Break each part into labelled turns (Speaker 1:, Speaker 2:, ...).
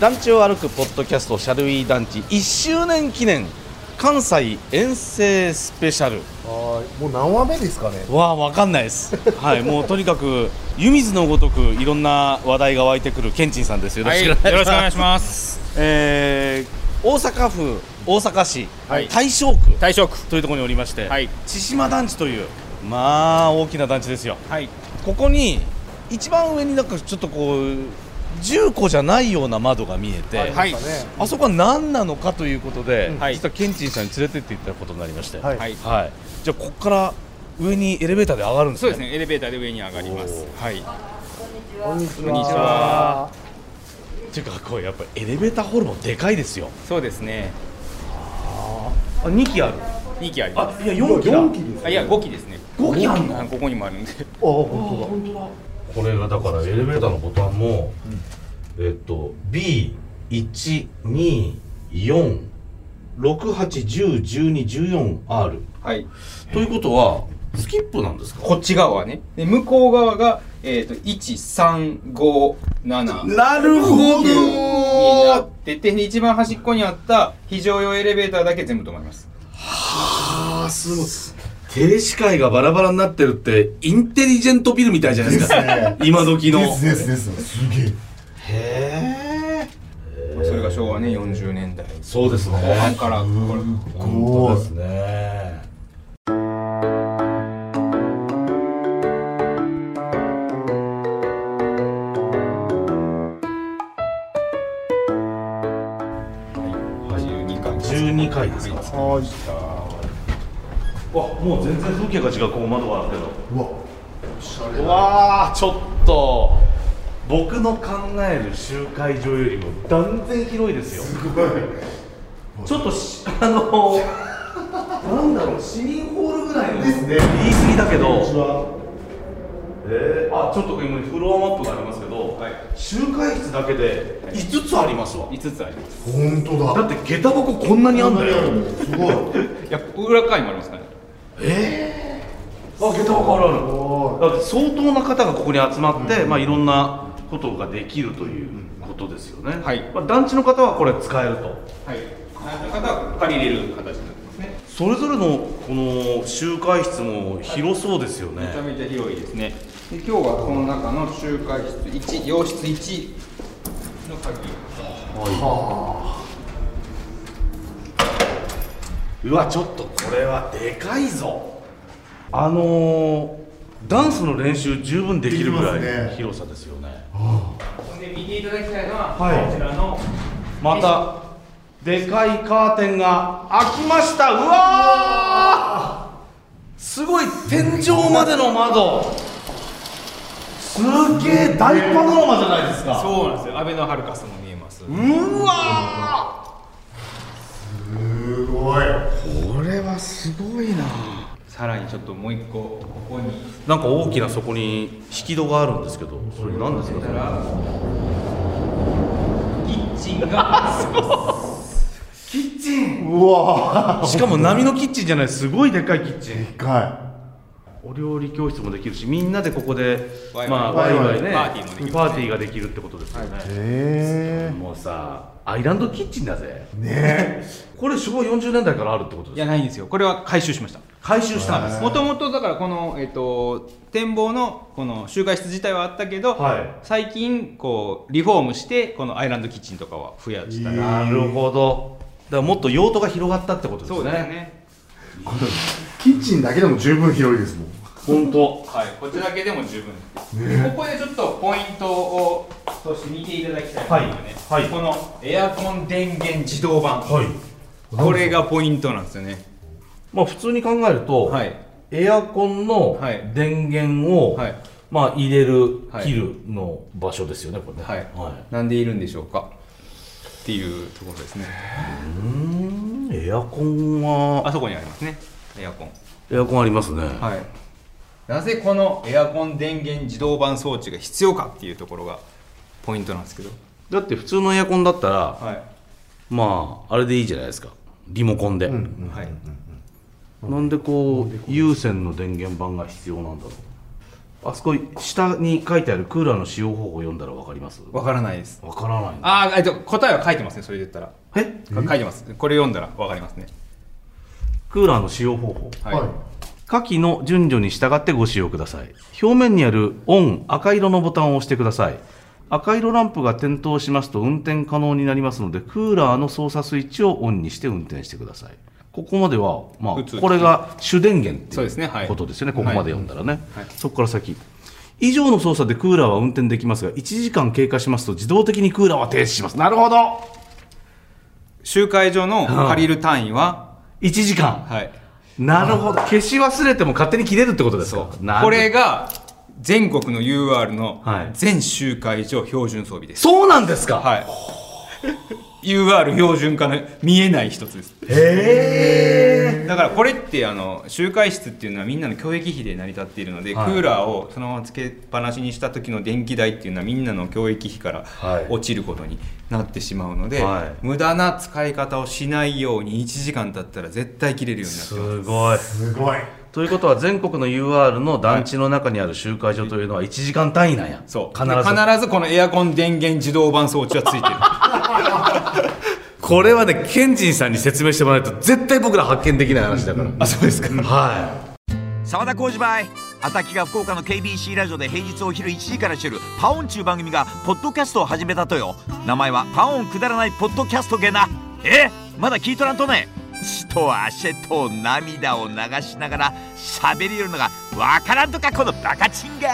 Speaker 1: 団地を歩くポッドキャストシャルウィー団地1周年記念関西遠征スペシャル
Speaker 2: はいもう何話目ですかね
Speaker 1: わあわかんないです はいもうとにかく湯水のごとくいろんな話題が湧いてくるケンチンさんですよろ
Speaker 3: は
Speaker 1: し
Speaker 3: い、
Speaker 1: く
Speaker 3: よ
Speaker 1: お
Speaker 3: ろ
Speaker 1: 願い
Speaker 3: しくお
Speaker 1: します,、
Speaker 3: 願いします。
Speaker 1: えー大阪府大阪市、
Speaker 2: はい
Speaker 1: 大正区
Speaker 3: 大正区。
Speaker 1: というところにおりまして、
Speaker 3: はい
Speaker 1: 千島団地というまあ大きな団地ですよ
Speaker 3: はい。
Speaker 1: ここに一番上になんかちょっとこう10個じゃないような窓が見えて、
Speaker 3: はい
Speaker 2: なんかね
Speaker 1: あそこは何なのかということで、
Speaker 3: はい
Speaker 1: 実はケンチンさんに連れてっていただくことになりまして、
Speaker 2: はい
Speaker 3: はい。
Speaker 1: はいじゃあここから上にエレベーターで上がるんです
Speaker 3: そう
Speaker 1: ね
Speaker 3: ですね。エレベーターで上に上がります。はい。
Speaker 2: こんにちは
Speaker 3: こんにちは
Speaker 1: っていうかこれやっぱエレベーターホールもでかいですよ
Speaker 3: そうですね。
Speaker 1: あ2機ある
Speaker 3: 二機ありま
Speaker 1: いや
Speaker 2: 今
Speaker 1: 4機だ
Speaker 2: 4期です
Speaker 3: す。あ、いや、五機ですね。
Speaker 1: 5機あん
Speaker 3: あ、ここにもあるんで。
Speaker 2: あ本当だ
Speaker 1: これがだからエレベーターのボタンも、えっと B12468101214R
Speaker 3: はい。
Speaker 1: ということはスキップなんですか
Speaker 3: こっち側はね。で、向こう側が、えっ、と、一三五七。
Speaker 1: なるほ
Speaker 3: になってて、で一番端っこにあった非常用エレベーターだけ全部止まります。
Speaker 1: あーすごいテレ視界がバラバラになってるってインテリジェントビルみたいじゃないですか今時の
Speaker 2: ですですですすげえ
Speaker 1: へえ
Speaker 3: それが昭和ね、四十年代。
Speaker 1: そうですね
Speaker 3: 後半から、これ。
Speaker 1: 本当ですね
Speaker 3: 十二回。
Speaker 1: 12回ですか
Speaker 2: はーい
Speaker 1: わもう全然風景が違うここ窓があるけど
Speaker 2: うわおしゃれ
Speaker 1: うわーちょっと僕の考える集会所よりも断然広いですよすごいちょっとしあのなんだろう市民ホールぐらいのですね言い過ぎだけどえー、あちょっと今フロアマップがありますけど、
Speaker 3: はい
Speaker 1: 集会室だけで5つありますわ
Speaker 3: 五つあります。
Speaker 2: 本当
Speaker 1: だ
Speaker 2: だ
Speaker 1: って下駄箱こんなにあんだよ
Speaker 2: すごい
Speaker 3: いや、裏側にもありますからね。
Speaker 1: ええあ下駄箱あるある
Speaker 2: お
Speaker 1: だから相当な方がここに集まって、まあ、いろんなことができるということですよね、
Speaker 3: はい
Speaker 1: まあ、団地の方はこれ使えると
Speaker 3: はい。方は借りれる形になってますね。
Speaker 1: それぞれのこの集会室も広そうですよね、
Speaker 3: めちゃめちゃ広いですね。で今日はこの中の集会室一洋室一の鍵。
Speaker 1: うわちょっとこれはでかいぞあのー、ダンスの練習十分できるぐら
Speaker 2: できます
Speaker 1: い
Speaker 2: ね
Speaker 1: 広さですよね
Speaker 3: で見ていただきたいのは、
Speaker 1: はい
Speaker 3: こちらの
Speaker 1: またでかいカーテンが開きましたうわーすごい天井までの窓すげえ大パノラマじゃないですか
Speaker 3: そうなんですよ。安倍のハルカスも見えます。
Speaker 1: うわ
Speaker 2: すごい
Speaker 1: ーこれはすごいな
Speaker 3: さらにちょっともう一個ここに
Speaker 1: なんか大きなそこに引き戸があるんですけどそれ何です
Speaker 3: そ
Speaker 1: かそ
Speaker 3: した
Speaker 1: れ
Speaker 3: らキッチン がキッチン
Speaker 2: うわ
Speaker 1: しかも波のキッチンじゃないすごいでかいキッチン
Speaker 2: でか
Speaker 1: お料理教室もできるしみんなでここで
Speaker 3: ワイワイ
Speaker 1: まあワイワイね
Speaker 3: パーティーもできますね
Speaker 1: パーティーができるってことですよね、
Speaker 2: いへ
Speaker 1: もうさアイランドキッチンだぜ
Speaker 2: えね
Speaker 1: これ昭和40年代からあるってこと
Speaker 3: い
Speaker 1: です
Speaker 3: や
Speaker 1: か
Speaker 3: ないんですよ。これは回収しました。
Speaker 1: 回収したんです
Speaker 3: もともとだからこの、えっと展望のこの集会室自体はあったけど、
Speaker 1: はい
Speaker 3: 最近こうリフォームしてこのアイランドキッチンとかは増やしたら、
Speaker 1: なるほどだからもっと用途が広がったってことですね
Speaker 3: そうですね
Speaker 2: キッチンだけでも十分広いですもん
Speaker 1: 本当
Speaker 3: はいこっちだけでも十分、ここでちょっとポイントをとして見ていただきたいのがね、
Speaker 1: はいはい
Speaker 3: このエアコン電源自動版、
Speaker 1: はい
Speaker 3: これがポイントなんですよね
Speaker 1: まあ普通に考えると、
Speaker 3: はい
Speaker 1: エアコンの
Speaker 3: はい
Speaker 1: 電源を、
Speaker 3: はい
Speaker 1: まあ入れる、
Speaker 3: はい
Speaker 1: 切るの場所ですよねこれね
Speaker 3: はい、
Speaker 1: は
Speaker 3: なんでいるんでしょうかっていうところですね
Speaker 1: い、うーんエアコンは
Speaker 3: あそこにありますねエアコン
Speaker 1: エアコンありますね、
Speaker 3: はい、なぜこのエアコン電源自動版装置が必要かっていうところがポイントなんですけど、
Speaker 1: だって普通のエアコンだったら、
Speaker 3: は
Speaker 1: まああれでいいじゃないですかリモコンで、
Speaker 3: いはい、
Speaker 1: なんでこう有線の電源板が必要なんだろうあそこ下に書いてあるクーラーの使用方法読んだらわかります
Speaker 3: わからないです
Speaker 1: わからないな
Speaker 3: ああ、えっと、答えは書いてますねそれで言ったら
Speaker 1: え
Speaker 3: 書いてますこれ読んだらわかりますね
Speaker 1: クーラーの使用方法
Speaker 3: はい、
Speaker 1: 下記の順序に従ってご使用ください表面にあるオン赤色のボタンを押してください赤色ランプが点灯しますと運転可能になりますのでクーラーの操作スイッチをオンにして運転してくださいここまでは、ま
Speaker 3: 普通
Speaker 1: あ、これが主電源って
Speaker 3: そうですね
Speaker 1: い
Speaker 3: は
Speaker 1: う
Speaker 3: い
Speaker 1: ことですよねここまで読んだらね、
Speaker 3: はいはい
Speaker 1: そこから先以上の操作でクーラーは運転できますが1時間経過しますと自動的にクーラーは停止しますなるほど
Speaker 3: 集会所の借りる単位は、
Speaker 1: 1時間
Speaker 3: はい
Speaker 1: なるほど消し忘れても勝手に切れるってことですかなる
Speaker 3: これが全国の UR の
Speaker 1: はい
Speaker 3: 全集会所標準装備です、
Speaker 1: そうなんですか
Speaker 3: はい UR 標準化の見えない一つです
Speaker 1: へえ
Speaker 3: だからこれってあの集会室っていうのはみんなの教育費で成り立っているので、
Speaker 1: はい
Speaker 3: クーラーをそのままつけっぱなしにした時の電気代っていうのはみんなの教育費から
Speaker 1: はい
Speaker 3: 落ちることになってしまうので、
Speaker 1: はい
Speaker 3: 無駄な使い方をしないように1時間経ったら絶対切れるようになってます
Speaker 1: すごい
Speaker 2: すごい。
Speaker 1: ということは全国の UR の団地の中にある集会所というのは1時間単位なんや
Speaker 3: そう
Speaker 1: 必
Speaker 3: で
Speaker 1: ず
Speaker 3: 必ずこのエアコン電源自動版装置はついてる
Speaker 1: これはねケンジンさんに説明してもらわないと絶対僕ら発見できない話だから、
Speaker 3: あそうですか
Speaker 1: は
Speaker 4: 沢田浩二バイアタッキが福岡の KBC ラジオで平日お昼1時からしてる「パオン」ちゅう番組がポッドキャストを始めたとよ名前は「パオンくだらないポッドキャスト」げなえまだ聞いとらんとね血と汗と涙を流しながら喋りよるのがわからんとかこのバカチンが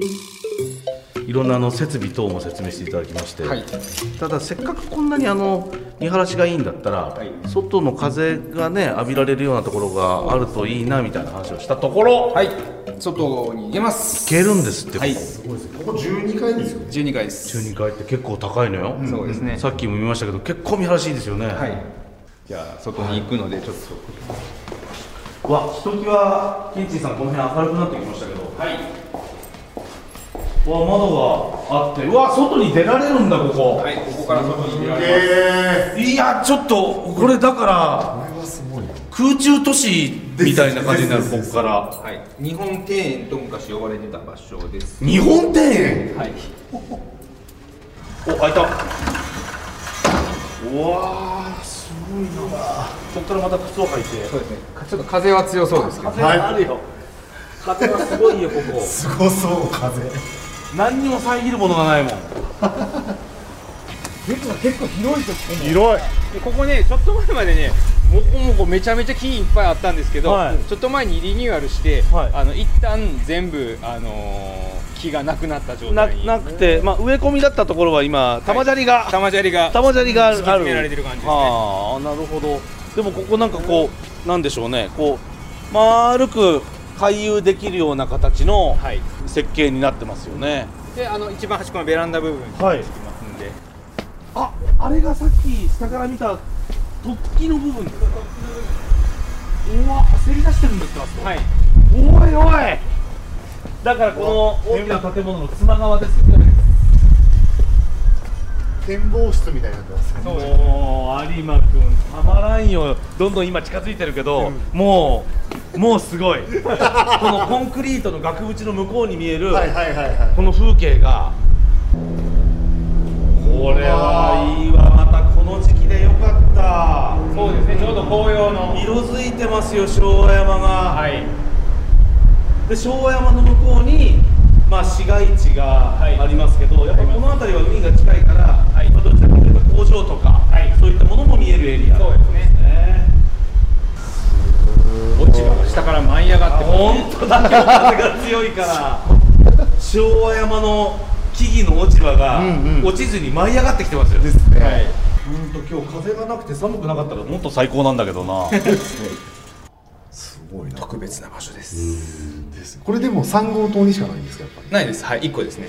Speaker 1: いいろんなあの設備等も説明していただきまして、
Speaker 3: はい
Speaker 1: ただせっかくこんなにあの見晴らしがいいんだったら、
Speaker 3: い
Speaker 1: 外の風がね浴びられるようなところがあるといいなみたいな話をしたところ
Speaker 3: はい外に行けます
Speaker 1: いけるんですって、
Speaker 3: はい
Speaker 2: すごいですね。ここ12回ですよね。
Speaker 3: 12回です
Speaker 1: 12階って結構高いのよ、
Speaker 3: そうですね
Speaker 1: さっきも見ましたけど結構見晴らしいですよねは
Speaker 3: はいじゃあ外に行くのでちょっと
Speaker 1: わひときわケンチンさんこの辺明るくなってきましたけど
Speaker 3: はい
Speaker 1: わ窓があってうわ外に出られるんだここ、
Speaker 3: はいここから外に出られます
Speaker 2: ええ。
Speaker 1: い、やちょっとこれだから
Speaker 2: これはすごいよ。
Speaker 1: 空中都市みたいな感じになる
Speaker 2: です
Speaker 1: こ
Speaker 2: で
Speaker 1: こ
Speaker 2: す
Speaker 1: から
Speaker 3: はい、日本庭園と昔呼ばれてた場所です。
Speaker 1: 日本庭園
Speaker 3: はい。
Speaker 1: お開いたうわーすごいなここからまた靴を履いて
Speaker 3: そうですね。ちょっと風は強そうですけど。
Speaker 1: 風があるよ、風がすごいよここ
Speaker 2: すごそう風。
Speaker 1: 何にも遮るものがないもん
Speaker 5: 広いでここねちょっと前までねもこもこめちゃめちゃ木いっぱいあったんですけど、
Speaker 1: はい
Speaker 5: ちょっと前にリニューアルして、
Speaker 1: はい
Speaker 5: あの一旦全部、あのー木がなくなった状
Speaker 1: な
Speaker 5: 態に
Speaker 1: なくて、まあ、植え込みだったところは今玉砂利が、
Speaker 5: 玉砂利が
Speaker 1: 玉砂利がある
Speaker 5: 突き詰められてる感じですね
Speaker 1: ああなるほどでもここなんかこうなんでしょうねこう丸く回遊できるような形の
Speaker 5: はい
Speaker 1: 設計になってますよね
Speaker 5: であの一番端っこのベランダ部分に行き
Speaker 1: はい
Speaker 5: ますんで、
Speaker 1: ああれがさっき下から見た突起の部分うわせり出してるんですか
Speaker 5: はい
Speaker 1: おいおいだからこの大きな建物の妻側ですよね
Speaker 2: 展望室みたいになってます。
Speaker 1: もう有馬君たまらんよどんどん今近づいてるけど、もうもうすごいこのコンクリートの額縁の向こうに見える、
Speaker 2: はいはいはいはい。
Speaker 1: この風景がこれはいいわまたこの時期でよかった
Speaker 5: そうですねちょうど紅葉の
Speaker 1: 色づいてますよ昭和山が、
Speaker 5: はい
Speaker 1: で昭和山の向こうに、まあ、市街地が
Speaker 5: はい
Speaker 1: ありますけど、やっぱこの辺りは海が近いから、
Speaker 5: い
Speaker 1: まあどちらかというと工場とか、
Speaker 5: い
Speaker 1: そういったものも見えるエリア
Speaker 5: そうですね
Speaker 1: ね
Speaker 5: 落ち葉が下から舞い上がって
Speaker 1: 本当だけ風が強いから昭和山の木々の落ち葉が
Speaker 2: うんうん
Speaker 1: 落ちずに舞い上がってきてますよ、ほん
Speaker 2: ですね。
Speaker 5: はい
Speaker 1: と今日風がなくて寒くなかったらもっと最高なんだけどな
Speaker 2: すごいな。
Speaker 3: 特別な場所です。
Speaker 2: ですこれでも三号棟にしかないんですかやっぱり。
Speaker 3: ないです。はい、一個ですね。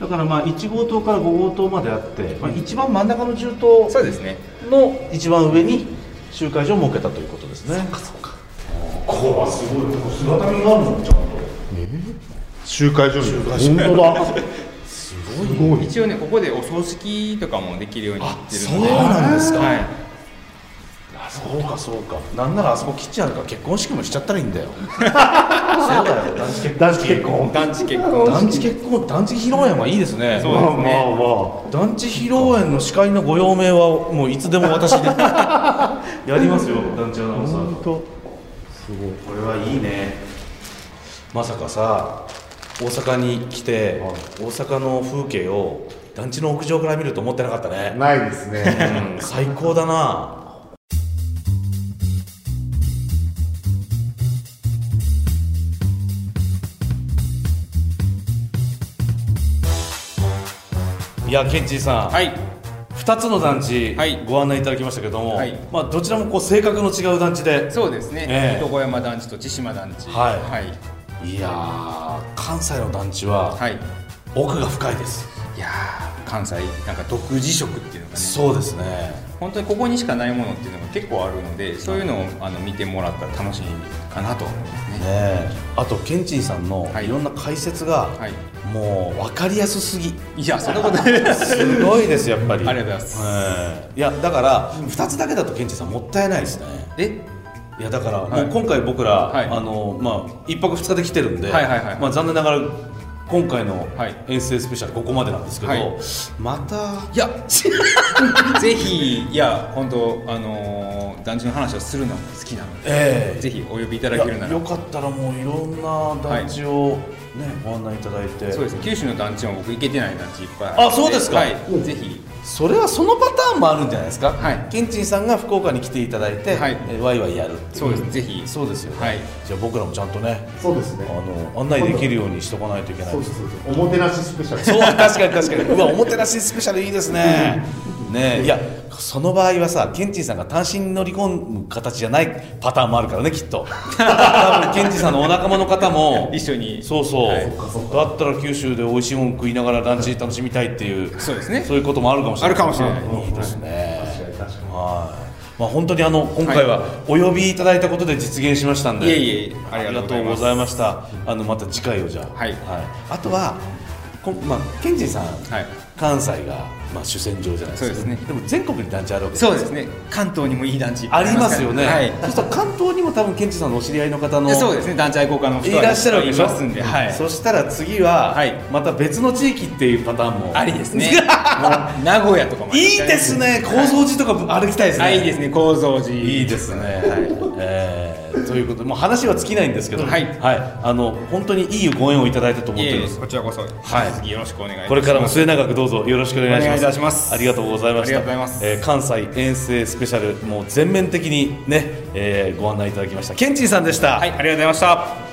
Speaker 1: だからまあ1号棟から5号棟まであって、まあ、一番真ん中の中棟
Speaker 3: そうですね。
Speaker 1: の一番上に集会所を設けたということですねそうかそうかこれはすごいここ姿見があるのちゃんと
Speaker 2: 集会所に。
Speaker 1: 本当だすごい
Speaker 2: すごい
Speaker 3: 一応ねここでお葬式とかもできるようになってる
Speaker 1: そう
Speaker 3: ので
Speaker 1: なんですか、
Speaker 3: はい
Speaker 1: あそうかそうかなんならあそこキッチンあるから結婚式もしちゃったらいいん だよそうだよ男子結婚
Speaker 2: 男子結婚
Speaker 3: 団地結婚
Speaker 1: 団地結婚団地披露宴はいいですね
Speaker 3: そうですね
Speaker 2: まあまあ
Speaker 1: 団地披露宴の司会のご用命はもういつでも私 でやりますよ団地アナウンサー
Speaker 2: 本当すご
Speaker 1: こ
Speaker 2: い
Speaker 1: れはいいねまさかさ大阪に来て、大阪の風景を団地の屋上から見ると思ってなかったね、
Speaker 2: ないですね
Speaker 1: うん、最高だないやケンチーさん、
Speaker 3: はい
Speaker 1: 2つの団地、
Speaker 3: はい
Speaker 1: ご案内いただきましたけども、
Speaker 3: はい
Speaker 1: まあ、どちらもこう性格の違う団地で
Speaker 3: そうですね、
Speaker 1: ええ
Speaker 3: 人小山団地と千島団地
Speaker 1: はい
Speaker 3: はい
Speaker 1: いやー関西の団地は、
Speaker 3: はい、い
Speaker 1: 奥が深いです
Speaker 3: やー関西なんか独自色っていうのがね
Speaker 1: そうですね
Speaker 3: 本当にここにしかないものっていうのが結構あるのでそういうのをあの見てもらったら楽しいかなと思いますね
Speaker 1: ねえあとケンチンさんの
Speaker 3: はい
Speaker 1: いろんな解説が、
Speaker 3: はい
Speaker 1: もう分かりやすすぎ
Speaker 3: いやそんなことないです
Speaker 1: すごいですやっぱり
Speaker 3: ありがとうございます
Speaker 1: ええいやだから2つだけだとケンチンさんもったいないですね
Speaker 3: え
Speaker 1: いやだから、
Speaker 3: はい
Speaker 1: もう今回僕ら、
Speaker 3: はい
Speaker 1: あのまあ1泊2日で来てるんで、
Speaker 3: はいはいはい
Speaker 1: まあ、残念ながら今回の
Speaker 3: はい
Speaker 1: 遠征スペシャルここまでなんですけど、
Speaker 3: はい
Speaker 1: また
Speaker 3: いや ぜひいや本当あのー団地の話をするのも好きなので
Speaker 1: ええ
Speaker 3: ぜひお呼びいた
Speaker 1: い
Speaker 3: だける
Speaker 1: や
Speaker 3: なら
Speaker 1: よかったらもういろんな団地を、ねご案内いただいて
Speaker 3: そうですね九州の団地も僕行けてない団地いっぱいるの
Speaker 1: あそうですか
Speaker 3: はい
Speaker 1: うん
Speaker 3: ぜひ
Speaker 1: それはそのパターンもあるんじゃないですか、
Speaker 3: はい
Speaker 1: ケンチンさんが福岡に来ていただいて、
Speaker 3: はい
Speaker 1: えーワイワイやるってい
Speaker 3: そうですねぜひ
Speaker 1: そうですよね、
Speaker 3: はい
Speaker 1: じゃあ僕らもちゃんとね
Speaker 2: そうです
Speaker 1: あ
Speaker 2: ね
Speaker 1: の案内できるようにしとかないといけない
Speaker 2: そう
Speaker 1: で
Speaker 2: で
Speaker 1: す
Speaker 2: すそうですおもてなしスペシャ ル
Speaker 1: そう確かに確かにうわおもてなしスペシャルいいですねねえいやその場合はさケンチンさんが単身乗り込む形じゃないパターンもあるからねきっと多分ケンチンさんのお仲間の方も
Speaker 3: 一緒に
Speaker 1: そうそう、
Speaker 3: はい
Speaker 1: だったら九州で美味しいもん食いながらランチ楽しみたいっていう
Speaker 3: そうですね
Speaker 1: そういうこともあるかもしれない
Speaker 3: あるかもしれない
Speaker 1: うんいいですねはいまあ本当にあの今回はお呼びいただいたことで実現しましたんで、
Speaker 3: いえいえいえ
Speaker 1: あ
Speaker 3: あ
Speaker 1: り
Speaker 3: り
Speaker 1: が
Speaker 3: が
Speaker 1: とう
Speaker 3: とう
Speaker 1: ご
Speaker 3: ご
Speaker 1: ざ
Speaker 3: ざ
Speaker 1: い
Speaker 3: い
Speaker 1: ま
Speaker 3: ま
Speaker 1: したあのまた次回をじゃあ
Speaker 3: はい
Speaker 1: あとはこんまあケンジンさん、
Speaker 3: はい
Speaker 1: 関西がまあ主戦場じゃないですか
Speaker 3: そうですね
Speaker 1: でも全国に団地あるわけ
Speaker 3: そうですね関東にもいい団地
Speaker 1: ありますよね、
Speaker 3: はい
Speaker 1: そうすると関東にも多分ケンジンさんのお知り合いの方の
Speaker 3: でそうですね団地愛好家の
Speaker 1: い
Speaker 3: 人は
Speaker 1: らっしゃるわけでしょ
Speaker 3: いますんではい
Speaker 1: そしたら次は、
Speaker 3: はい
Speaker 1: また別の地域っていうパターンも
Speaker 3: ありですねもう名古屋とかもあ り
Speaker 1: いいですね構造寺とか歩きたいですね、
Speaker 3: あいいですね構造寺
Speaker 1: いいですね、はいえーということでもう話は尽きないんですけど、
Speaker 3: はい
Speaker 1: あの本当にいいご縁をいただいたと思っ
Speaker 3: い
Speaker 1: てお
Speaker 3: えい
Speaker 1: りま
Speaker 3: え
Speaker 1: す
Speaker 3: こちらこそ引き続きよろしくお願いいたします
Speaker 1: これからも末永くどうぞよろしくお願いします
Speaker 3: お願いいたします
Speaker 1: ありがとうございました
Speaker 3: ありがとうございます
Speaker 1: えー関西遠征スペシャルもう全面的にね、えーご案内いただきましたケンチンさんでした、
Speaker 3: はいありがとうございました